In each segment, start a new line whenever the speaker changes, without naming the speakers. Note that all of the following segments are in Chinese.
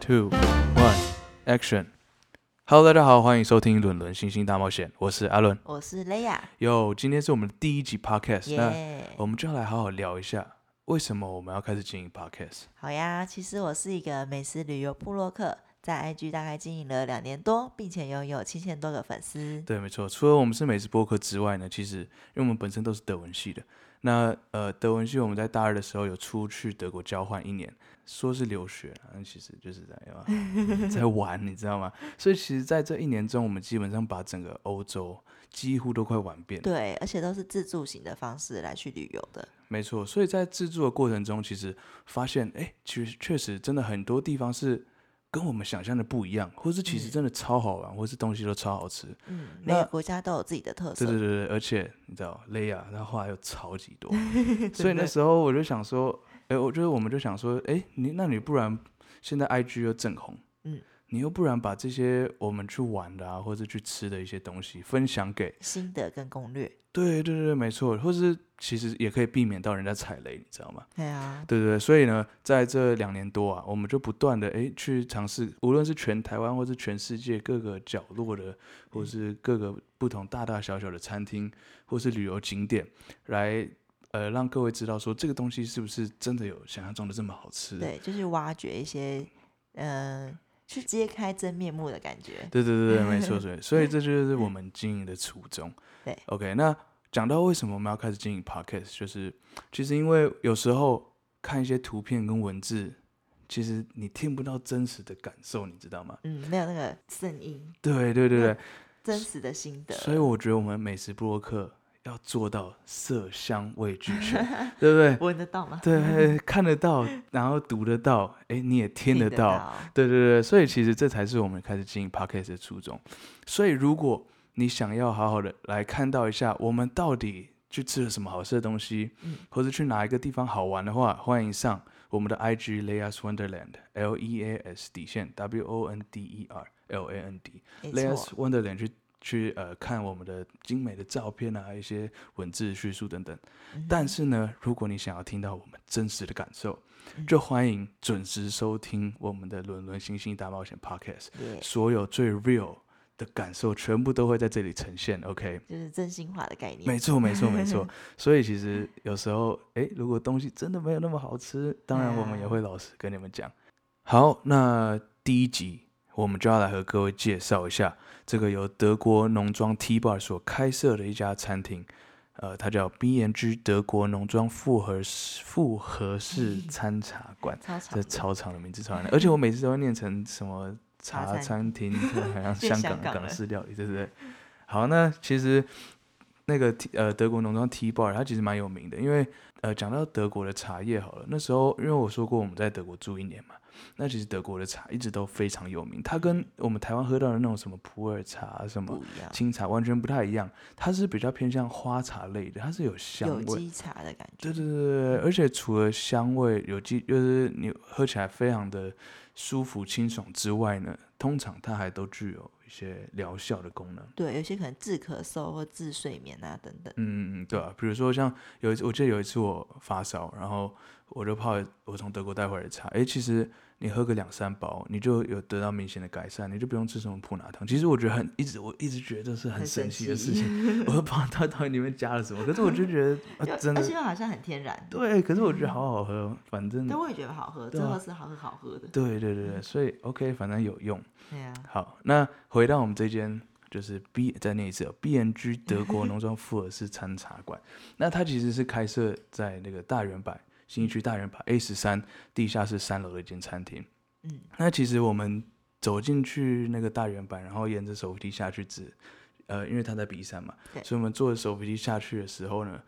two, one, action。Hello，大家好，欢迎收听《伦伦星星大冒险》，我是阿伦。
我是雷亚，
哟，今天是我们的第一集 podcast，、那
耶、
我们就要来好好聊一下，为什么我们要开始经营 podcast？
好呀。其实我是一个美食旅游部落客，在 IG 大概经营了两年多，并且拥有七千多个粉丝。
对，没错。除了我们是美食播客之外呢，其实因为我们本身都是德文系的，那呃，德文系我们在大二的时候有出去德国交换一年，说是留学啊，但其实就是在在玩，你知道吗？所以其实在这一年中，我们基本上把整个欧洲几乎都快玩遍了。
对，而且都是自助型的方式来去旅游的。
没错，所以在制作的过程中，其实发现，哎，其实确实真的很多地方是跟我们想象的不一样，或是其实真的超好玩，或是东西都超好吃。
嗯，每
那
个国家都有自己的特
对
色。
对对对，而且你知道，雷亚她话又超级多，所以那时候我就想说，哎，我觉得我们就想说，哎，你那你不然现在 IG 又正红，
嗯，
你又不然把这些我们去玩的啊，或者去吃的一些东西分享给，
心得跟攻略。
对对对对，没错，或是其实也可以避免到人家踩雷，你知道吗？
对啊，
对对对，所以呢，在这两年多啊，我们就不断的诶去尝试，无论是全台湾或是全世界各个角落的，或是各个不同大大小小的餐厅，或是旅游景点，来呃让各位知道说这个东西是不是真的有想象中的这么好吃。
对，就是挖掘一些，嗯、去揭开真面目的感觉。
对对对对，没 错，所以所以这就是我们经营的初衷。
对
，OK，那讲到为什么我们要开始经营 Podcast，就是其实因为有时候看一些图片跟文字，其实你听不到真实的感受，你知道吗？
嗯，没有那个声音，
对对对对，
真实的心得。
所以我觉得我们美食布洛克要做到色香味俱全， 对不对？
闻得到吗？
对，看得到，然后读得到，哎，你也听
听
得到，
到。
对对对，所以其实这才是我们开始经营 podcast 的初衷。所以如果你想要好好的来看到一下我们到底去吃了什么好吃的东西，或者去哪一个地方好玩的话，欢迎上我们的 IG Leas Wonderland L E A S 底线 W O N D E R L A N D
没
Leas
错，
Wonderland 去去呃看我们的精美的照片啊，一些文字叙述等等。
嗯
但是呢，如果你想要听到我们真实的感受，
嗯
就欢迎准时收听我们的《伦伦星星大冒险》Podcast，
耶
所有最 real 的感受全部都会在这里呈现。OK。
就是真心话的概念。
没错，没错，没错。所以其实有时候，诶，如果东西真的没有那么好吃，当然我们也
啊
会老实跟你们讲。好，那第一集我们就要来和各位介绍一下这个由德国农庄 T Bar 所开设的一家餐厅，呃，它叫 B N G 德国农庄复合式复合式餐茶馆。
超长
这
的，
超长的名字，超长的，而且我每次都会念成什么
茶
茶
餐
餐厅， 就好像
变
香
香
港
港
港
了
式料理，对不对？好，那其实那个 T- 呃德国农庄 T bar 它其实蛮有名的，因为呃讲到德国的茶叶好了，那时候因为我说过我们在德国住一年嘛，那其实德国的茶一直都非常有名，它跟我们台湾喝到的那种什么普洱茶啊什么
不一样，
清茶完全不太一样，它是比较偏向花茶类的，它是有香
有
味，
机茶的感觉。
对对对对，而且除了香味有机，就是你喝起来非常的舒服清爽之外呢，通常它还都具有一些疗效的功能。
对，有些可能治咳嗽或治睡眠啊等等。
嗯嗯，嗯，对啊，比如说像有一次，我记得有一次我发烧，然后我就泡我从德国带回来的茶，诶，其实你喝个两三包，你就有得到明显的改善，你就不用吃什么普拿疼。其实我觉得很一直我一直觉得这是很
很
神
神
奇的事
奇
情，我都不知道它到底里面加了什么，可是我就觉得、啊、
又
真
而
的
且又好像很天然，
对，可是我觉得好好喝，哦反正
但我也觉得好喝，
嗯对
最
啊
后是好喝好喝的。
对对对对，所以 OK，反正有用。
对啊，
好，那回到我们这间就是 B 再念一次、哦、B N G 德国农庄复合式餐茶馆，那它其实是开设在那个大圆柏新义区大圆柏 A 十三地下室三楼的一间餐厅。
嗯，
那其实我们走进去那个大圆柏，然后沿着手扶梯下去只，呃，因为它在 B 三嘛，
对
所以我们坐着手扶梯下去的时候呢，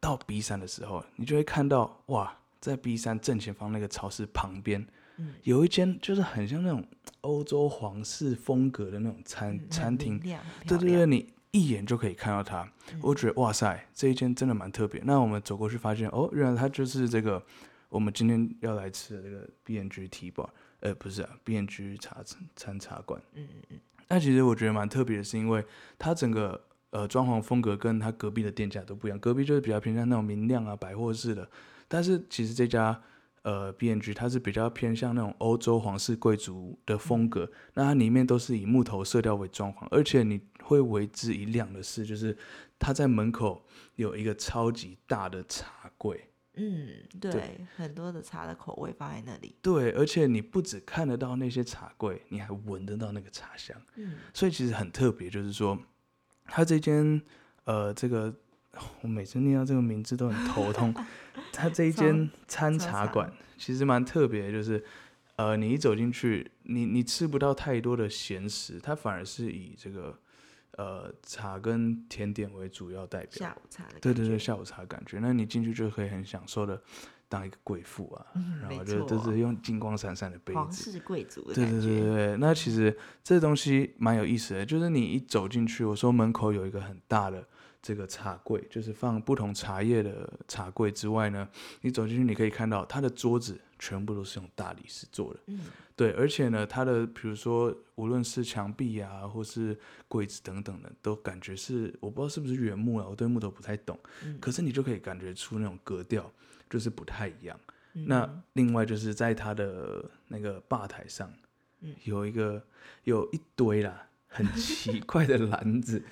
到 B 三的时候，你就会看到哇，在 B 三正前方那个超市旁边，
嗯
有一间就是很像那种欧洲皇室风格的那种餐、
嗯
餐
很
厅
明，亮，很
对
漂
对
亮嗯
对，你一眼就可以看到它。我觉得哇塞，这一间真的蛮特别。那我们走过去发现，哦，原来它就是这个我们今天要来吃的这个 B N G T bar，呃，不是啊，B N G 茶餐茶馆。
嗯嗯嗯，
那其实我觉得蛮特别的，是因为它整个呃装潢风格跟它隔壁的店家都不一样，隔壁就是比较偏向那种明亮啊百货式的，但是其实这家呃 B N G，它是比较偏向那种欧洲皇室贵族的风格，那它里面都是以木头色调为装潢，而且你会为之一亮的是，就是它在门口有一个超级大的茶柜。
嗯，对，很多的茶的口味放在那里，
对，而且你不只看得到那些茶柜，你还闻得到那个茶香，
嗯，
所以其实很特别。就是说，它这间呃，这个我每次念到这个名字都很头 痛。它这一
超
间餐
超
茶
长
馆其实蛮特别的，就是呃，你一走进去，你你吃不到太多的咸食，它反而是以这个呃茶跟甜点为主要代表。
下午茶的感觉，
对对对，下午茶的感觉，那你进去就可以很享受的当一个贵妇啊，
嗯
然
没
后就就
错
是用金光闪闪的杯
皇
子，
室贵族的
对
感
对
觉，
对对对。那其实这东西蛮有意思的，就是你一走进去，我说门口有一个很大的这个茶柜，就是放不同茶叶的茶柜之外呢，你走进去你可以看到它的桌子全部都是用大理石做的，
嗯，
对，而且呢，它的比如说无论是墙壁啊，或是柜子等等的，都感觉是我不知道是不是原木啊，我对木头不太懂。
嗯
可是你就可以感觉出那种格调就是不太一样。
嗯
那另外就是在它的那个吧台上，
嗯
有一个有一堆啦，很 奇怪的篮子。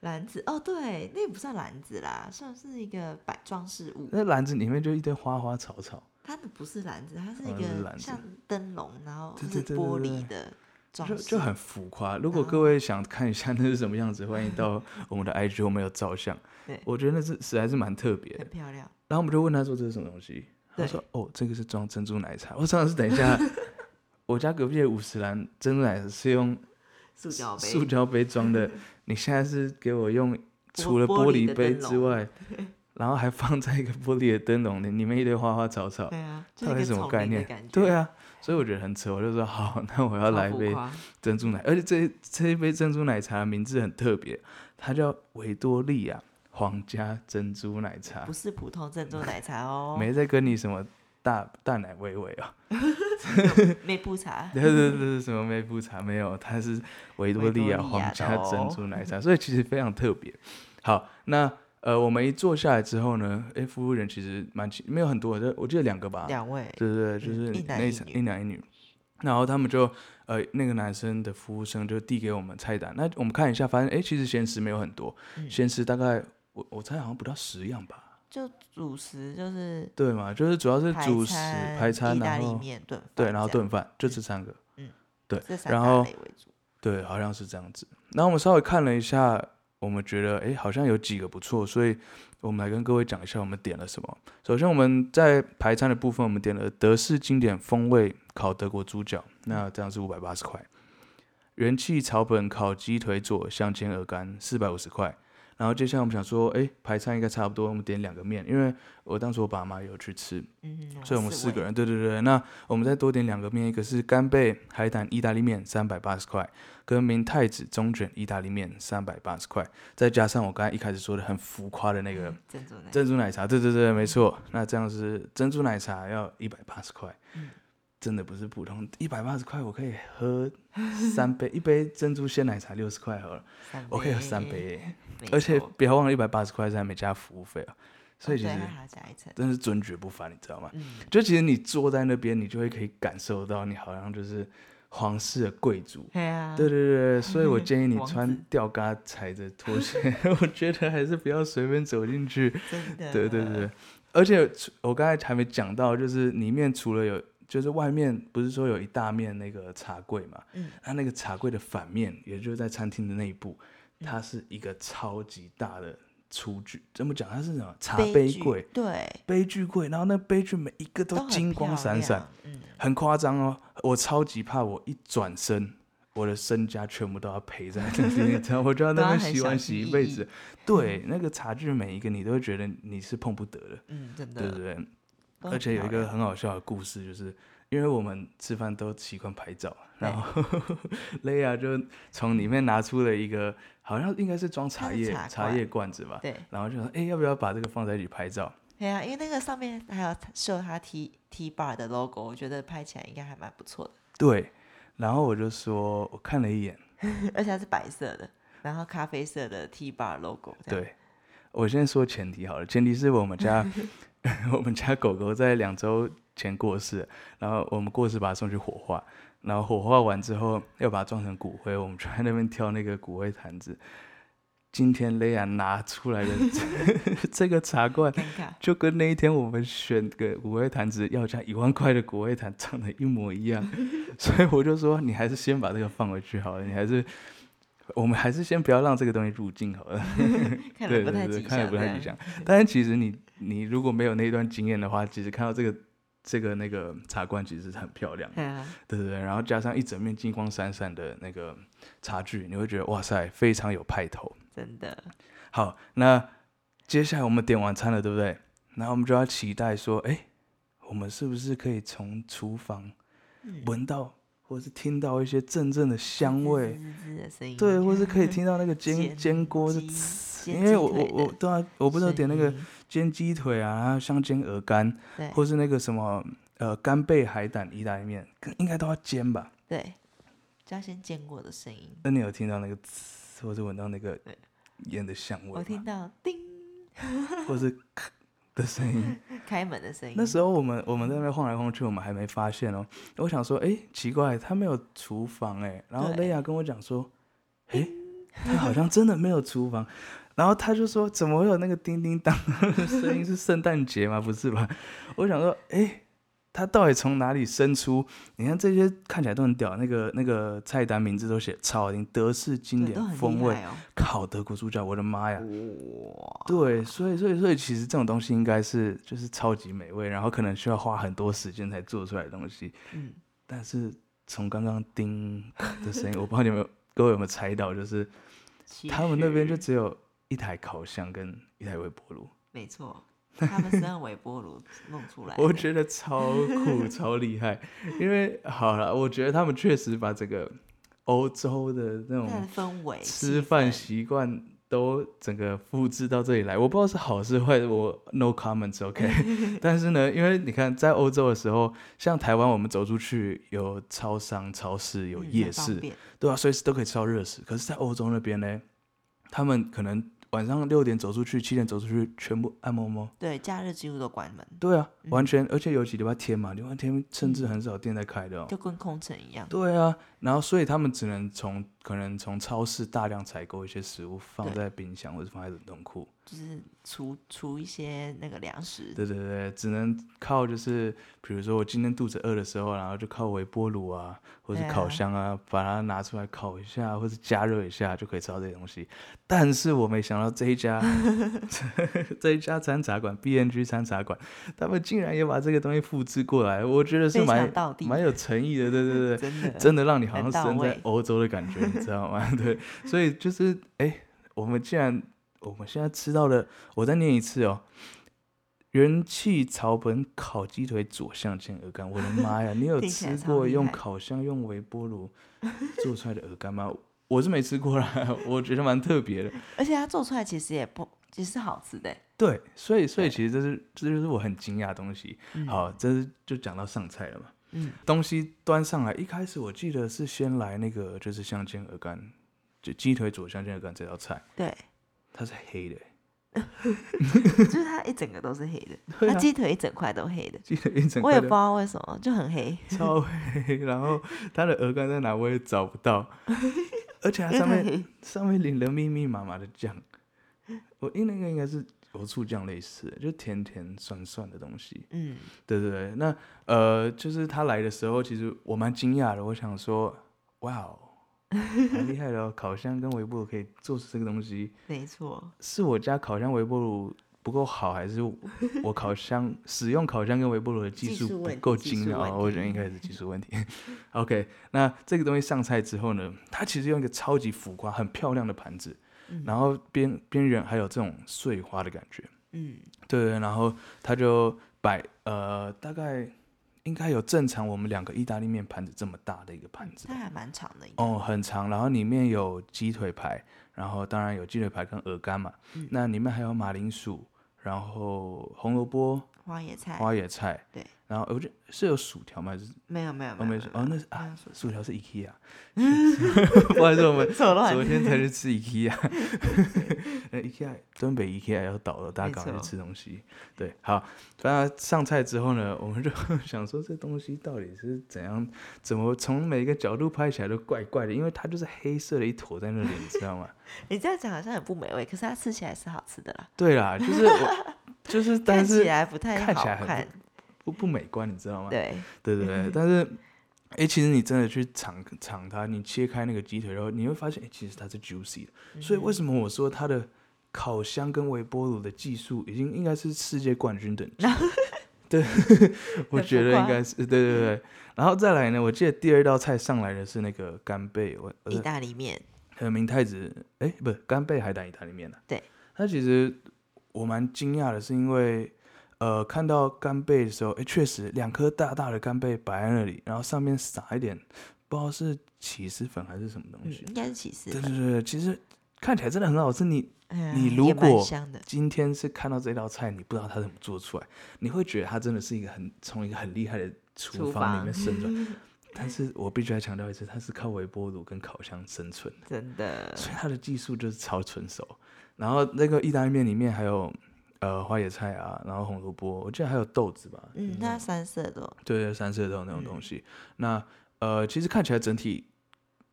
篮子哦，对，那也不算篮子啦，算是一个摆装饰物。
那篮子里面就一堆花花草草，
它的不是篮子，它是一
哦那是
个
篮子
像灯笼，然后
对
是
对对对
玻
对
璃的装
就
饰，
就很浮夸。如
啊
果各位想看一下那是什么样子，欢迎到我们的 IG，我们有照相
对。
我觉得那是实在是蛮特别的
很。漂亮。
然后我们就问他说这是什么东西，他
对
说哦，这个是装珍珠奶茶。我上次等一下， 我家隔壁的五十岚珍珠奶茶是用
塑胶杯，
塑胶杯装 的，你现在是给我用除了玻
玻璃
璃
的
杯
灯
之
笼
外，然后还放在一个玻璃的灯笼里，里面一堆花花草草，
对啊，就
到底
一
什
个
么
丛
概
林的
念
感？觉，
对，啊，所以我觉得很扯，我就说好，那我要来一杯啊珍珠奶，而且这这一杯珍珠奶茶的名字很特别，它叫维多利亚皇家珍珠奶茶
不，是普通珍珠奶茶哦，
没在跟你什么大大奶喂喂啊，
内部茶，
对对对对，什么梅布茶没有，它是维多
维
利
多
亚
利
皇
亚的
家珍
哦
珠奶茶，所以其实非常特别。好，那呃，我们一坐下来之后呢，诶，服务人其实蛮奇没有很多，就我记得两个吧，
两位，
对对对，就
嗯
是
一男
那
一
层
女
一男一女，然后他们就呃，那个男生的服务生就递给我们菜单，那我们看一下，发现诶，其实咸食没有很多，
嗯
咸食大概我我猜好像不到十样吧。
就主食就是
对嘛，就是主要是
排
主食、
餐、
排餐，
意大
然
利
后
面、炖
对，
饭
然后
这
炖
样
饭，就这三个。
嗯，
对
这，三
然
大
后
类为主，
对，好像是这样子。然后我们稍微看了一下，我们觉得诶好像有几个不错，所以我们来跟各位讲一下我们点了什么。首先我们在排餐的部分，我们点了德式经典风味烤德国猪脚，那这样是五百八十块；元气草本烤鸡腿佐香煎鹅肝四百五十块。然后接下来我们想说，诶，排餐应该差不多，我们点两个面，因为我当时我爸妈有去吃，
嗯，
所以我们四
位
个人，对对对，那我们再多点两个面，一个是干贝海胆意大利面三百八十块，跟明太子中卷意大利面三百八十块，再加上我刚才一开始说的很浮夸的那个
珍珠
珍珠奶
奶茶，
茶，对对对，没错，那这样是珍珠奶茶要一百八十块，
嗯
真的不是普通一百八十块，我可以喝三杯，一杯珍珠鲜奶茶六十块好了，
三
我可以喝三
杯，
杯，
没
而且
错
不要忘了一百八十块是还没加服务费啊，所以
哦
其
对
实
它还要加一层，
真是尊爵不凡，你知道吗？
嗯，
就其实你坐在那边，你就会可以感受到你好像就是皇室的贵族。
对啊，
对对对对， 所以我建议你
王
穿
子
吊嘎踩着拖 鞋，我觉得还是不要随便走进去。
真的，
对对对，而且除我刚才还没讲到，就是里面除了有，就是外面不是说有一大面那个茶柜嘛，
嗯，
它那个茶柜的反面，也就是在餐厅的内部，
嗯
它是一个超级大的厨具，怎么讲？它是什么茶杯
剧
柜？
对，
杯具柜，然后那杯具每一个都
很
金光
漂
闪闪
亮，，嗯，
很夸张哦。我超级怕，我一转身，我的身家全部都要赔在那里，你知道，我就要
都
那
要
边
很
洗
小
碗
心
洗
翼
一辈
翼
子。对，那个茶具每一个你都会觉得你是碰不得的，
嗯，真
对
的
不，对？
都
而
很
且有一
漂
个
亮
很好笑的故事，就是因为我们吃饭都习惯拍照，然后 Leia 就从里面拿出了一个好像应该是装
它
茶
是
叶
茶
茶
罐
叶罐子吧，
对，
然后就说：“哎、要不要把这个放在一起拍照？”
对啊，因为那个上面还有秀它 T T bar 的 logo，我觉得拍起来应该还蛮不错的，
对，然后我就说，我看了一眼，
而且它是白色的，然后咖啡色的 T bar logo，这样，
对，我先说前提好了，前提是我们家， 我们家狗狗在两周前过世，然后我们过世把它送去火化，然后火化完之后要把它装成骨灰，我们就在那边挑那个骨灰坛子。今天雷亚拿出来的 这这个茶罐，
尴 尬。
就跟那一天我们选个骨灰坛子要价一万块的骨灰坛长得一模一样， 所以我就说你还是先把这个放回去好了，你还是我们还是先不要让这个东西入境好了。
看
对
来
对
不太
对，
吉
看
祥
来
的，
不太吉祥。但是其实你你如果没有那一段经验的话，其实看到这个这个那个茶罐其实是很漂亮的，
对啊，
对对对。然后加上一整面金光闪闪的那个茶具，你会觉得哇塞，非常有派头。
真的，
好，那接下来我们点晚餐了，对不对？然后我们就要期待说，哎，我们是不是可以从厨房
嗯
闻到或是听到一些阵阵的香味？
滋滋滋的声音，
对，或是可以听到那个煎
煎
煎锅的
鸡
呲，
煎
因为
鸡
我
腿
我我
的
对啊，我不知道
声
点那个
音
煎鸡腿啊，还有香煎鹅肝，
对
或是那个什么呃干贝海胆意大利面，应该都要煎吧？
对，就要先煎过的声音，
那你有听到那个呲，或是闻到那个
对
烟的香
我
味
听
吗？
到叮
或是咔的声音？
开门的声音，
那时候我们我们在那边晃来晃去，我们还没发现哦。我想说，哎、奇怪，他没有厨房哎、然后
对
雷亚跟我讲说，哎、他好像真的没有厨房。然后他就说，怎么会有那个叮叮当的声音？是圣诞节吗？不是吧？我想说，哎、他到底从哪里生出？你看这些看起来都很屌，那个那个菜单名字都写超好听，德式经
对
典
都很
风
厉
味
害哦，
烤德国猪脚，我的妈呀！
哇，
对，所以所以所以，其实这种东西应该是就是超级美味，然后可能需要花很多时间才做出来的东西。
嗯，
但是从刚刚叮的声音，我不知道你们有各位有没有猜到，就是
其
他们那边就
实
只有一台烤箱跟一台微波炉，
没错，他们是用微波炉弄出来 的，
我觉得超酷超厉害。因为好了，我觉得他们确实把整个欧洲的那种
它的氛围、
吃
气
饭
氛
习惯都整个复制到这里来，我不知道是好是坏，我 no comments OK 。 但是呢，因为你看在欧洲的时候，像台湾我们走出去有超商、超市、有
嗯
夜
很方
市，
便
对啊，随时都可以吃到热食。可是，在欧洲那边呢，他们可能晚上六点走出去，七点走出去，全部按摩摸。
对，假日几乎都关门，
对啊，完全，而且尤其礼拜天嘛，礼拜天甚
嗯
至很少店在开的哦。
就跟空城一样，
对啊，然后所以他们只能从可能从超市大量采购一些食物，放
对
在冰箱或者放在冷冻库。
就是除除一些那个粮食，
对对对，只能靠就是，比如说我今天肚子饿的时候，然后就靠微波炉啊，或是
对啊
烤箱啊，把它拿出来烤一下，或是加热一下，就可以吃到这些东西。但是我没想到这一 家 这一家餐茶馆 B N G 餐茶馆，他们竟然也把这个东西复制过来，我觉得是
非
蛮
常道地
蛮有诚意的。对对对，
真的
真的让你好像
很到
身在
位
欧洲的感觉，你知道吗？ 对，所以就是哎、我们既然我们现在吃到的，我再念一次哦，元气草本烤鸡腿左象煎鹅肝，我的妈呀！你有
听起来
吃
超
过
厉
用
害
烤箱、用微波炉做出来的鹅肝吗？我是没吃过啦， 我觉得蛮特别的。
而且它做出来其实也不，其实是好 吃的。欸
对，所以所以
对
其实这是这就是我很惊讶的东西。
嗯
好，这是就讲到上菜了嘛。
嗯，
东西端上来，一开始我记得是先来那个就是香煎鹅肝，就鸡腿佐香煎鹅肝这道菜，
对，
它是黑的欸，
就是它一整个都是黑的，
对
它
啊
鸡腿一整块都黑的，
鸡腿一整
我
块
也不知
都
道为什么就很黑，
超黑，然后它的鹅肝在哪我也找不 到，而且它
因为
上
它
面
黑
上面淋了密密麻麻的酱，我因为那个应该是油醋酱类似的，就甜甜酸酸的东西。
嗯，
对对对，那呃，就是他来的时候，其实我蛮惊讶的，我想说，哇哦，蛮厉害的哦， 烤箱跟微波炉可以做出这个东西，
没错，
是我家烤箱微波炉不够好，还是我我烤箱使用烤箱跟微波炉的技
技
术
术
不
问
够
技术
精
问
良？我觉得应该是技术问题。OK，那这个东西上菜之后呢，它其实用一个超级浮夸、很漂亮的盘子，然后边边缘还有这种碎花的感觉。
嗯，
对，然后他就摆呃，大概应该有正常我们两个意大利面盘子这么大的一个盘子
它
吧，
还蛮长的，应该
哦，很长，然后里面有鸡腿排，然后当然有鸡腿排跟鹅肝嘛，
嗯
那里面还有马铃薯，然后红萝卜、
花椰菜，
哦花野菜，
对，
然后我呃就是有薯条吗？还是
没有没有
哦
没
没
有
有哦，那是
没
啊
有薯，
薯条是 IKEA，不 好意思，我们
错乱
昨天才去 吃 IKEA，那 IKEA 东北 IKEA 要倒了，大
没
家赶快
错
去吃东西。对，好，反正上菜之后呢，我 们就想说这东西到底是怎样，怎么从每个角度拍起来都怪怪的，因为它就是黑色的一坨在那里，你知道吗？
你这样讲好像很不美味，可是它吃起来是好吃的啦，
对啦，就是我， 就是但
看起
是
来不太
看起
好
来很
看。
不啊不美观，你知道吗？
对，
对对
嗯
对，但是。哎、其实你真的去尝尝它，你切开那个鸡腿肉，你会发现，哎、其实它是 juicy 的。
嗯
所以为什么我说它的烤箱跟微波炉的技术已经应该是世界冠军等级 了？对， 我
很浮
觉得应
夸嗯
该是对对对。然后再来呢，我记得第二道菜上来的是那个干贝，我
意
呃
大利面，
和明太子，哎，不干贝海胆意大利面啊。
对，
它其实我蛮惊讶的，是因为。呃，看到干贝的时候，哎，确实两颗大大的干贝摆在那里，然后上面撒一点，不知道是起司粉还是什么东
嗯
西。，
应该是起司
对
吧。
对对，其实看起来真的很好吃。你
嗯
你
也
如
蛮
果
香的，
今天是看到这道菜，你不知道它怎么做出来，你会觉得它真的是一个很从一个很厉害的厨
厨
房里面
房
生出来。但是我必须要强调一次，它是靠微波炉跟烤箱生存的，
真的
所以它的技术就是超纯熟。然后那个意大利面里面还有呃花椰菜啊，然后红萝卜，我记得还有豆子吧，
嗯，它三色的，
对对，三色豆那种东
嗯
西。那呃，其实看起来整体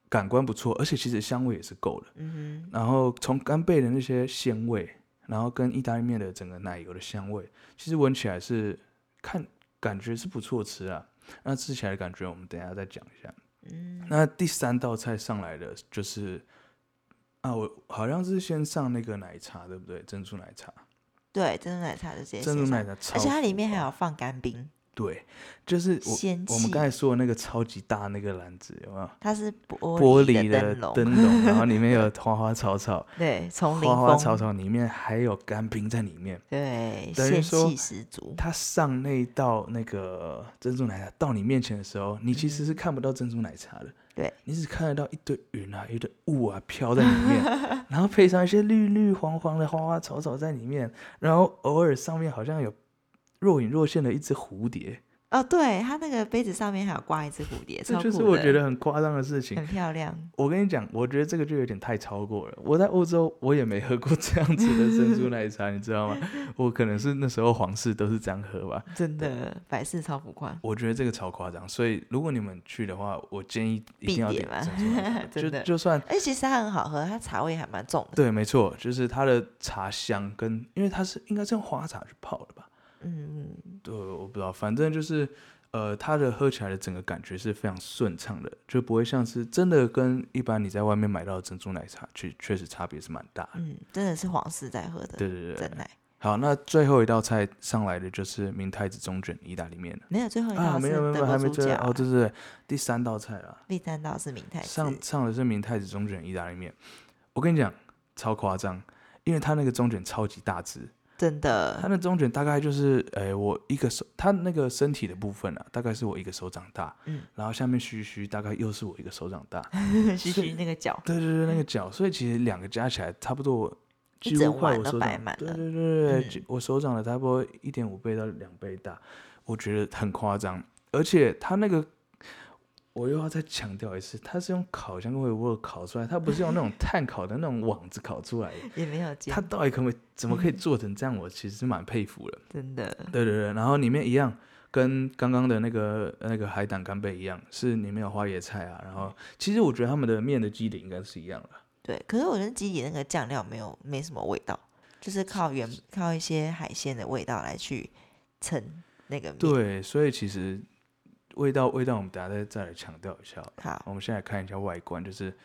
感官不错，而且其实香味也是够的。
嗯
然后从干贝的那些鲜味，然后跟意大利面的整个奶油的香味，其实闻起来是看感觉是不错吃啊。那吃起来的感觉，我们等一下再讲一下。
哼，嗯，
那第三道菜上来的就是啊，我好像是先上那个奶茶，对不对？珍珠奶茶，
对，珍珠奶茶就直接
珍珠
写
奶
上
茶超
而且它里面还
浮夸
有放干冰，
对，就是
仙
我我们
气
刚才说的那个超级大那个篮子，有没有？
它是
玻
玻
璃
的
的
笼，
灯笼，然后里面有花花草草，
对， 丛林
花花
风，
草草里面还有干冰在里面。
对，
等于
仙
说
气十足，
他上那一道那个珍珠奶茶到你面前的时候，你其实是看不到珍珠奶茶的，
对，
你只看得到一堆云啊、一堆雾啊飘在里 面，然后配上一些绿绿黄黄的花花草草在里面，然后偶尔上面好像有若隐若现的一只蝴蝶，
哦，对，它那个杯子上面还有挂一只蝴蝶，
这
超
就是
酷
我
的
觉得很夸张的事情。
很漂亮，
我跟你讲，我觉得这个就有点太超过了。我在欧洲，我也没喝过这样子的珍珠奶茶，你知道吗？我可能是那时候皇室都是这样喝吧。
真的百事超浮夸，
我觉得这个超夸张，所以如果你们去的话，我建议一
必
定要
点
点
吧
珍珠 奶茶，
真的
就就算
而且其实它很好喝，它茶味还蛮重的，
对，没错，就是它的茶香跟，因为它是应该是用花茶去泡的吧？
嗯，
对，我不知道，反正就是呃，它的喝起来的整个感觉是非常顺畅的，就不会像是真的跟一般你在外面买到的珍珠奶茶，确确实差别是蛮大的。
嗯，真的是皇室在喝的
对对对
真，奶，
好，那最后一道菜上来的就是明太子中卷意大利面了。
没有最后一
啊，
道
没
是
有没有没
德
有，
国
还没
猪
追
脚啊
哦，，对对对，第三道菜啦。
第三道是明太子，
上上的是明太子中卷意大利面，我跟你讲超夸张，因为它那个中卷超级大只，
真
它
的，
那中卷大概就是，诶、我一个手，它那个身体的部分啊，大概是我一个手掌大，
嗯，
然后下面须须大概又是我一个手掌大，
须
所以
须那个脚，
对对对，那个角，所以其实两个加起来差不多
一
几乎
整
快
碗
我
都
手
摆
掌
满
对
了
对对对，
嗯
几我手掌的差不多一点五倍到两倍大，我觉得很夸张。而且它那个，我又要再强调一次，它是用烤箱跟微波炉烤出来，它不是用那 种碳烤的那种网子烤出来的。
也没有煎
它，到底可不可以怎么
嗯
可以做成这样？我其实是蛮佩服的。
真的，
对对对，然后里面一样，跟刚刚的那个那个海胆干贝一样，是里面有花椰菜啊。然
嗯
后其实我觉得他们的面的基底应该是一样的。
对，可是我觉得鸡底那个酱料没有没什么味道，就是靠原靠一些海鲜的味道来去衬那个面。，
对，所以其实味道味道，我们等下再再来强调一下好了。
好，
我们先来看一下外观，就是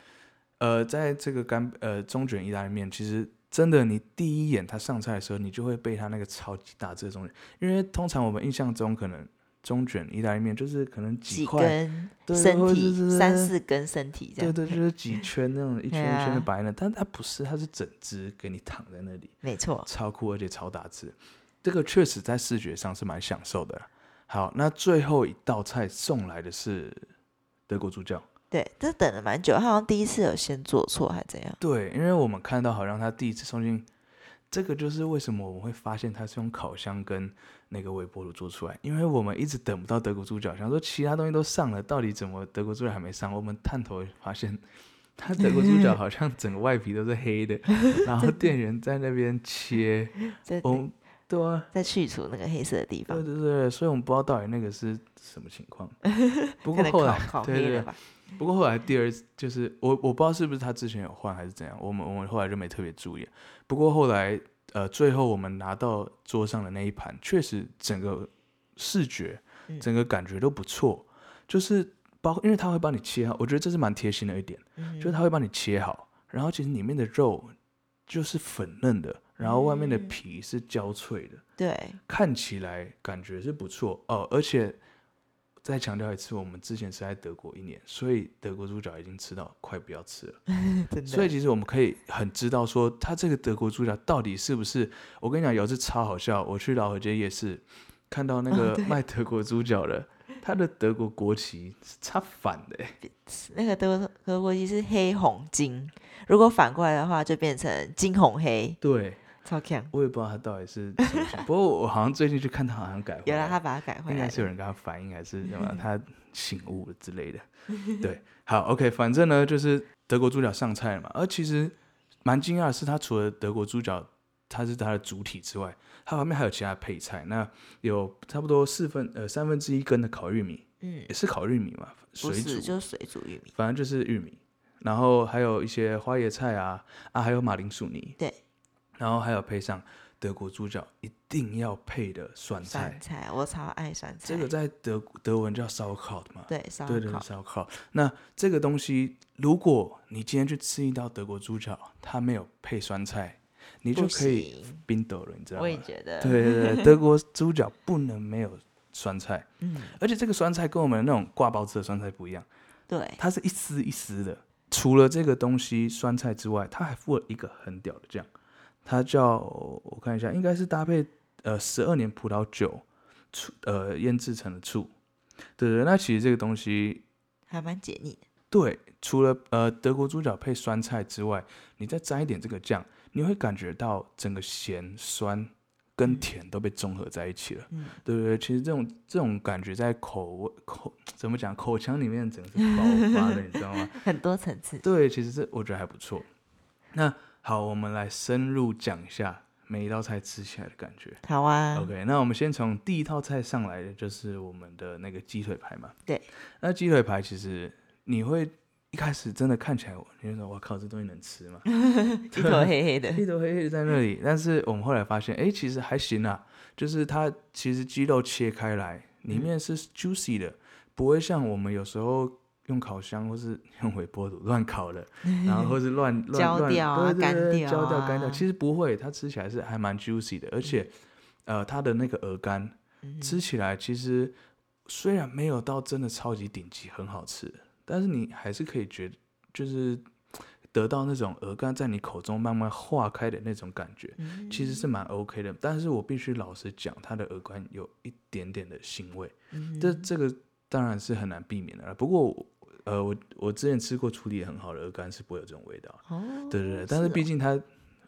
呃，在这个干呃中卷意大利面，其实真的你第一眼它上菜的时候，你就会被它那个超级大这个中卷，因为通常我们印象中可能中卷意大利面就是可能
几
块，
根
对
身
或者
体，
是
三四根身体这
对
样。
对，就是几圈那种一圈
对
一圈的
啊
白的，但它不是，它是整只给你躺在那里。
没错，
超酷而且超大只，这个确实在视觉上是蛮享受的啦。好，那最后一道菜送来的是德国猪脚，
对，这等了蛮久，他好像第一次有先做错还怎样？
对，因为我们看到好像他第一次送进这个就是为什么我们会发现它是用烤箱跟那个微波炉做出来，因为我们一直等不到德国猪脚，想说其他东西都上了，到底怎么德国猪脚还没上？我们探头发现，它德国猪脚好像整个外皮都是黑的，然后店员在那边切，
在
我们对啊，
在去除那个黑色的地
对
方，
对对，所以我们不知道到底那个是什么情 况。不过
可能
后来
烤，烤
对
黑
对
了，吧？
不过后来第二次就是我我不知道是不是他之前有换还是怎样，我们我们后来就没特别注意。不过后来呃，最后我们拿到桌上的那一盘，确实整个视觉
嗯、
整个感觉都不错，就是包因为他会帮你切好，我觉得这是蛮贴心的一点，
嗯
就是他会帮你切好，然后其实里面的肉就是粉嫩的，然后外面的
嗯
皮是焦脆的，
对，
看起来感觉是不错哦，而且再强调一次，我们之前是在德国一年，所以德国猪脚已经吃到快不要吃了，
真的。
所以其实我们可以很知道说，它这个德国猪脚到底是不是？我跟你讲，有一次超好笑，我去老河街夜市看到那
哦
个卖德国猪脚的，他的德国国旗是插反的、欸，
那个德国德国旗是黑红金，如果反过来的话就变成金红黑，
对
超强。
我也不知道他到底是什么情况不过我好像最近去看他好像改回
原来
来
他把它改回
应
来
该
了，
是有人跟他反映，还是什 么他醒悟了之类的。对，好，OK，反正呢就是德国猪脚上菜了嘛。而其实蛮惊讶的是，它除了德国猪脚它是它的主体之外，它旁边还有其他配菜。那有差不多四分呃三分之一根的烤玉米，
嗯，
也是烤玉米嘛，水
不
煮，
是，就是水煮玉米，
反正就是玉米。然后还有一些花椰菜啊啊，还有马铃薯泥，
对，
然后还有配上德国猪脚一定要配的酸菜，
酸菜，我超爱酸菜。
这个在德德文叫烧烤的嘛，
对烧
对对
烤，
烧烤。那这个东西，如果你今天去吃一道德国猪脚，它没有配酸菜，你就
不
可以
行
冰斗了，你知道
我也
吗？
觉得，
对，对对，德国猪脚不能没有酸菜，
嗯，
而且这个酸菜跟我们那种挂包子的酸菜不一样，
对，
它是一丝一丝的。除了这个东西酸菜之外，它还附了一个很屌的酱，它叫我看一下，应该是搭配呃十二年葡萄酒醋呃腌制成的醋。对对，那其实这个东西
还蛮解腻的，
对，除了呃德国猪脚配酸菜之外，你再沾一点这个酱，你会感觉到整个咸酸跟甜都被综合在一起了，
嗯，
对对对，其实这种这种感觉在口味口怎么讲，口腔里面整个是爆发的，你知道吗？
很多层次。
对，其实这我觉得还不错。那好，我们来深入讲一下每一道菜吃起来的感觉。
好啊
OK，那我们先从第一道菜上来的就是我们的那个鸡腿排嘛。
对，
那鸡腿排其实你会一开始真的看起来，你会说：“我靠，这东西能吃吗？”
一头黑 黑的，
一头黑黑的在那里。但是我们后来发现，哎，其实还行啊，就是它其实鸡肉切开来，里面是 juicy 的，不会像我们有时候用烤箱 或是用微波炉乱烤的， 然后或是乱乱
焦
乱
掉啊
对对对
干
对
掉
焦掉干掉。
啊
其实不会，它吃起来是还蛮 juicy 的，而且呃，它的那个鹅肝
嗯
吃起来其实虽然没有到真的超级顶级很好吃，但是你还是可以觉就是得到那种鹅肝在你口中慢慢化开的那种感觉，
嗯
其实是蛮 OK 的。但是我必须老实讲，它的鹅肝有一点点的腥味，
嗯
这这个当然是很难避免的啦。不过我呃，我我之前吃过处理得很好的鹅肝是不会有这种味道。
哦，
对对对，但是
哦
毕竟它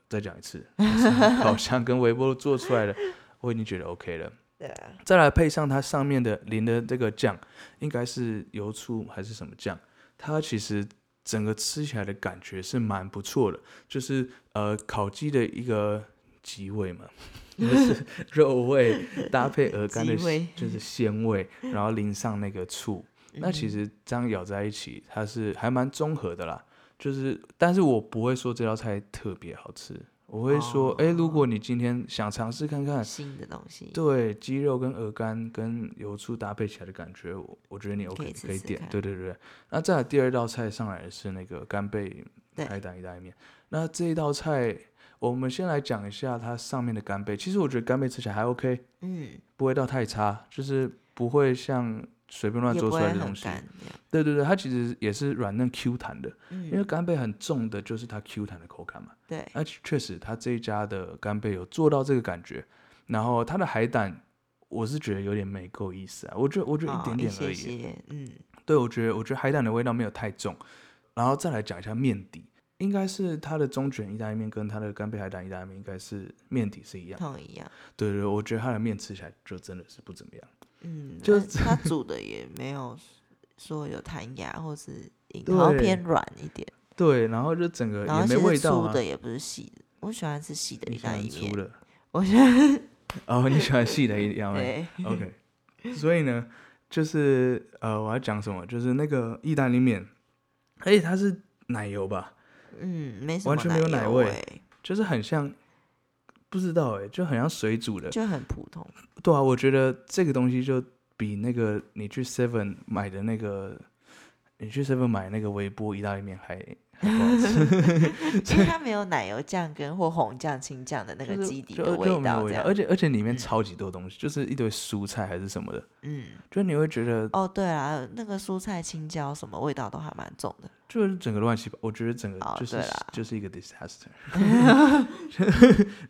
再讲一次， 是烤箱跟微波炉做出来的，我已经觉得 OK 了。
对啊
再来配上它上面的淋的这个酱，应该是油醋还是什么酱？它其实整个吃起来的感觉是蛮不错的，就是呃烤鸡的一个鸡味 嘛，就是肉味搭配鹅肝的
鸡味嗯
就是鲜味，然后淋上那个醋，那其实这样咬在一起，它是还蛮综合的啦。就是，但是我不会说这道菜特别好吃，我会
哦
说，哎、如果你今天想尝试看看，
新的东西，
对，鸡肉跟鹅肝跟油醋搭配起来的感觉，我我觉得你 OK
可以
你
试
可以
试
点。
看
对对对。那再来第二道菜上来的是那个干贝
对
海胆意大利面。那这一道菜，我们先来讲一下它上面的干贝。其实我觉得干贝吃起来还 OK，
嗯，
不会到太差，就是不会像随便乱
也
做
不
出
会
来的
很
东西。
干这样，
对对对，它其实也是软嫩 Q 弹的，因为
嗯，
干贝很重的就是它 Q 弹的口感嘛。
对，
而且确实，他这一家的干贝有做到这个感觉，然后他的海胆，我是觉得有点没够意思啊，我觉得我觉得一
哦
点点而
些
已。
些，嗯，
对，我觉得我觉得海胆的味道没有太重，然后再来讲一下面底，应该是它的中卷意大利面跟它的干贝海胆意大利面应该是面底是一样的。
同一样。
对对，我觉得它的面吃起来就真的是不怎么样。
嗯，
就
那它煮的也没有说有弹牙 或是硬，
对
好像偏软一点，
对，然后就整个
然后
也
其
没
实
味道
粗
啊。
的也不是细的。我喜欢吃细的
你
意
喜
大
欢
利
粗
面，
的，
我喜欢
哦，你喜欢细的一样面。
对
OK，所以呢，就是呃，我要讲什么？就是那个意大利面，而且它是奶油吧，
嗯，没什
完
么
全没有奶
油
味
欸
就是很像，不知道哎、就很像水煮的。
就很普 通。
对啊，我觉得这个东西就比那个你去 Seven 买的那个，你去 Seven 买那个微波意大利面还还不好 吃，
因为它没有奶油酱跟或红酱、青酱的那个
就是
基底
就
的
就没有
道，
味
这
道，
样
而。且而且里面超级多东西，就是一堆蔬菜还是什么的，
嗯，
就你会觉得
哦，对啊，那个蔬菜、青椒什么味道都还蛮重的。
就是整个乱七八，我觉得整个
哦
就是、
对啦
就是一个 disaster，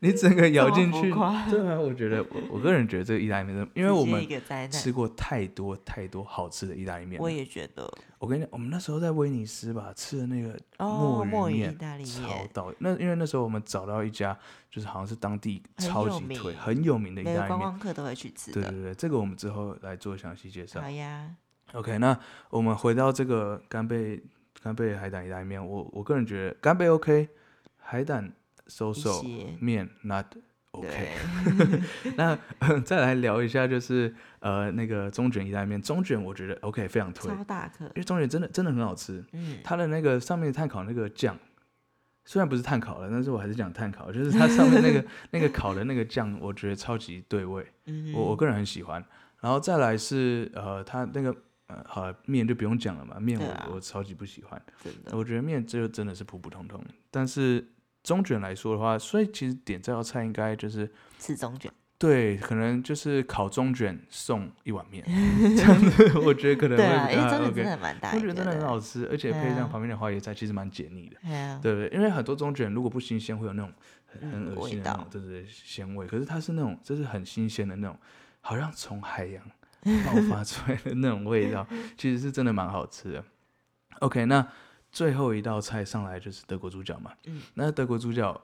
你整个咬
这么
进
浮
去，
夸
对啊，我觉得我我个人觉得这个意大利面真的，因为
直
我
接
们
一个灾难，
吃过太多太多好吃的意大利面了，
我也觉得
我跟你讲，我们那时候在威尼斯吧，吃的那个
哦，墨
鱼
鱼意
面，
大利
超
面，
到那因为那时候我们找到一家，就是好像是当地
很
超
有
级推
名
很有名的意
每个
大利
观
面。
光客都会去吃
对对
的。
对，这个我们之后来做详细介绍
好。呀，
OK，那我们回到这个干贝干贝海胆意大利面，我我个人觉得干贝 OK，海胆 so
一
so，
些
面 not OK。
对，
那再来聊一下，就是呃那个中卷意大利面，中卷我觉得 OK 非常推，因
超大 颗，
为中卷真的真的很好吃。
嗯，
它的那个上面碳烤那个酱，虽然不是碳烤了，但是我还是讲碳烤，就是它上面那个 那个烤的那个酱，我觉得超级对味，
嗯
我我个人很喜欢。然后再来是呃，它那个呃，好了面就不用讲了嘛，面我、
对啊
我超级不喜欢，
真的
我觉得面就真的是普普通通。但是中卷来说的话，所以其实点这道菜应该就是
吃中卷，
对，可能就是烤中卷送一碗 面，这样子我觉得可能
对
会
啊，因为中
比较 OK。
卷真的蛮大
中
一
卷
个
真的很
的，
好吃，而且
对
配上
啊
旁边的花椰菜，其实蛮解腻的。
哎呀，
对不对？因为很多中卷如果不新鲜，会有那种很很
嗯
恶心
味
的那
道
种，对对对，鲜味。可是它是那种，就是很新鲜的那种，好像从海 洋爆发出来的那种味道，其实是真的蛮好吃的。OK，那最后一道菜上来就是德国猪脚嘛。
嗯。
那德国猪脚，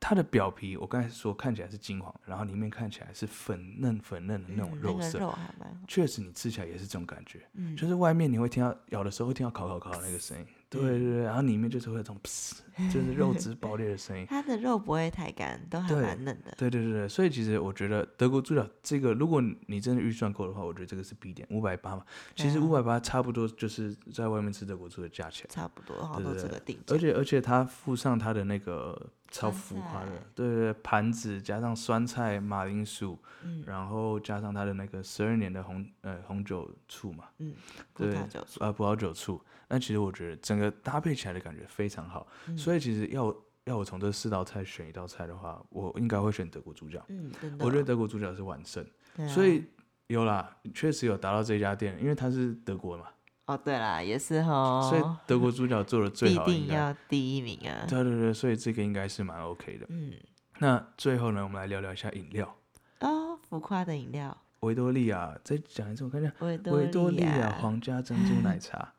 它的表皮我刚才说看起来是金黄，然后里面看起来是粉嫩粉嫩的那种
嗯
肉
那个
色，
肉还蛮好，
确实你吃起来也是这种感觉。
嗯，
就是外面你会听到咬的时候会听到烤烤烤的那个声音，对对对，然后里面就是会有这种
，
噗，就是肉汁爆裂的声音
它的肉不会太干，都还
对
蛮嫩的。
对对对对，所以其实我觉得德国猪脚这个，如果你真的预算够的话，我觉得这个是必点，五百八嘛，其实
对啊
五百八差不多就是在外面吃德国猪的价钱，
差不多，好多
对
这
对
个定价
而。且而且它附上它的那个超
酸
浮夸的
菜，
对对对，盘子加上酸菜、马铃薯，
嗯
然后加上它的那个十二年的红呃红酒醋嘛，
嗯，葡
对
萄酒醋，
呃葡萄酒醋，但其实我觉得整个搭配起来的感觉非常好，
嗯
所以其实要我要我从这四道菜选一道菜的话，我应该会选德国猪脚，
嗯，真的，
我觉得德国猪脚是完胜，
对啊
所以有啦，确实有达到这家店，因为它是德国嘛，
哦，对啦，也是哈，
所以德国猪脚做的最
哦必
好，应
定
该
要第一名啊。
对对对，所以这个应该是蛮 OK 的。
嗯，
那最后呢，我们来聊聊一下饮料，
哦，浮夸的饮料，
维多利亚，再讲一次，我看一下。
维
维多利
利
亚皇家珍珠奶 茶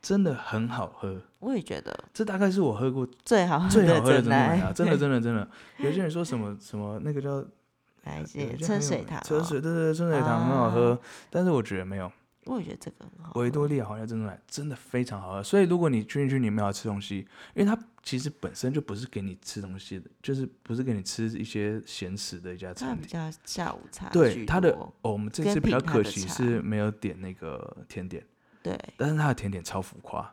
真的很好喝，
我也觉得
这大概是我喝过
最好
最好
的
喝的珍啊珠
真
奶 茶，真的真的真的。有些人说什么什么那个叫
来
有
些
些
春
很有
水啊
名
堂，
春，水对对对，春水堂很好喝，但是我觉得没有
我也觉得这个很好喝。
维多利亚皇家珍珠奶真的非常好喝。所以如果你去去你们要吃东西，因为它其实本身就不是给你吃东西的，就是不是给你吃一些闲食的一家
它
餐
比
厅。
较下午茶
对
居
它的
多
哦，我们这
跟
次比
品
较
它
可
的
惜
茶
是没有点那个甜点，
对，
但是它的甜点超浮夸。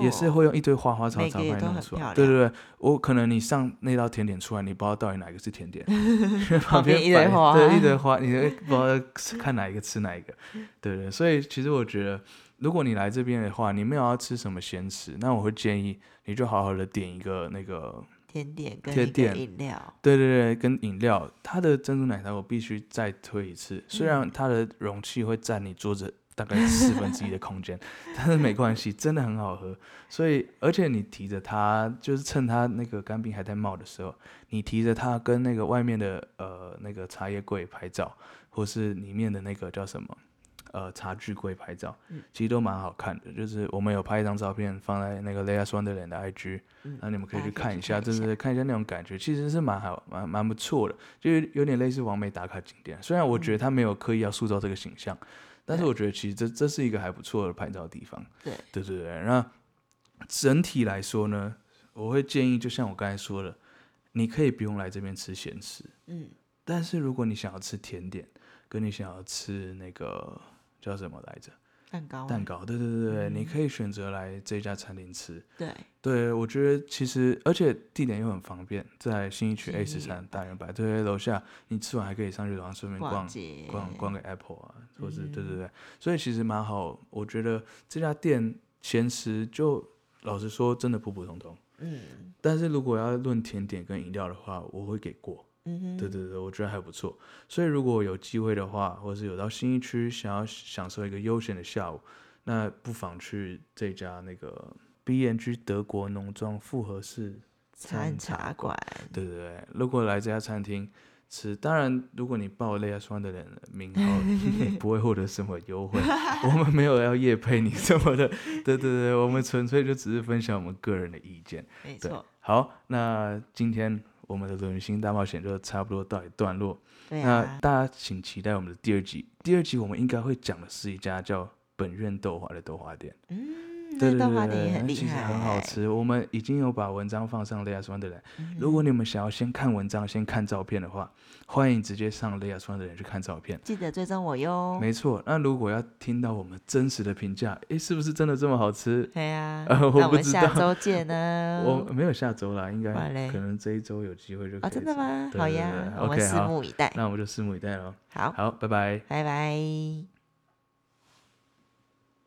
也是
嗯
会用一堆花花草
每
草帮
个也
你
都
弄
很
出来。
漂
对对对，我可能你上那道甜点出来，你不知道到底哪个是甜 点，因为旁
旁边
边
一堆
摆
花
对一堆花，你会不知道吃看哪一个吃哪一个。对对，所以其实我觉得，如果你来这边的话，你没有要吃什么咸食，那我会建议你就好好的点一个那个，
甜点跟
甜
一个
点
饮料，
对对对，跟饮料，它的珍珠奶茶我必须再推一次，虽然它的容器会占你桌子。大概四分之一的空间，但是没关系，真的很好喝。所以，而且你提着它，就是趁它那个干冰还在冒的时候，你提着它跟那个外面的呃那个茶叶柜拍照，或是里面的那个叫什么呃茶具柜拍照，
嗯
其实都蛮好看的。就是我们有拍一张照片放在那个 Lea Swanderland 的 IG，那、你们可以
嗯大家
去
可以
看
去
一下，
看一
真的看一下那种感觉，其实是蛮好、蛮蛮不错的，就是有点类似完美打卡景点。虽然我
嗯
觉得他没有刻意要塑造这个形象，但是我觉得其实这这是一个还不错的拍照地方。
对
对对对，那整体来说呢，我会建议，就像我刚才说的，你可以不用来这边吃咸食，
嗯，
但是如果你想要吃甜点，跟你想要吃那个叫什么来着
蛋糕啊
蛋糕，嗯对对对对，你可以选择来这家餐厅吃。
对，
对，我觉得其实而且地点又很方便，在新一区
信
A
义
十三
园
大圆白，对对，楼下你吃完还可以上去楼上顺便逛
街
逛逛个 Apple 啊，或是对对对，所以其实蛮好。我觉得这家店咸食就老实说真的普普通通，
嗯
但是如果要论甜点跟饮料的话，我会给过。
嗯哼，
对对对，我觉得还不错。所以如果有机会的话，或是有到新一区想要享受一个悠闲的下午，那不妨去这家那个 B N G 德国农庄复合式。
餐
餐茶
茶馆，
对对对，如果来这家餐厅吃，当然如果你报类亚双的人名号，你不会获得什么优惠。我们没有要夜配你什么的，对对对，我们纯粹就只是分享我们个人的意见。
没
对
错，，
好，那今天我们的旅行大冒险就差不多到一段落。
对
那
啊，
大家请期待我们的第二集。第二集我们应该会讲的是一家叫本院豆花的豆花店，
嗯，
对对
那豆
对
花店
对，
也
那
很厉
其实
害，
很好，吃。我们已经有把文章放上 Lea 酸的人，
嗯
如果你们想要先看文章、先看照片的话，欢迎直接上 Lea 酸的人去看照片。
记得追踪我哟，
没错，那如果要听到我们真实的评价，诶，是不是真的这么好吃？
对啊，
呃
那
我不
们
知
下
道
周见呢，
我没有下周啦，应该
哇嗯嘞
可能这一周有机会就可以
啊，
知
真
道。
的吗？
对
好
对
呀
对，
我们
OK，
拭
好
目以待。
那我们就拭目以待喽。
好，
好，拜拜。
拜拜。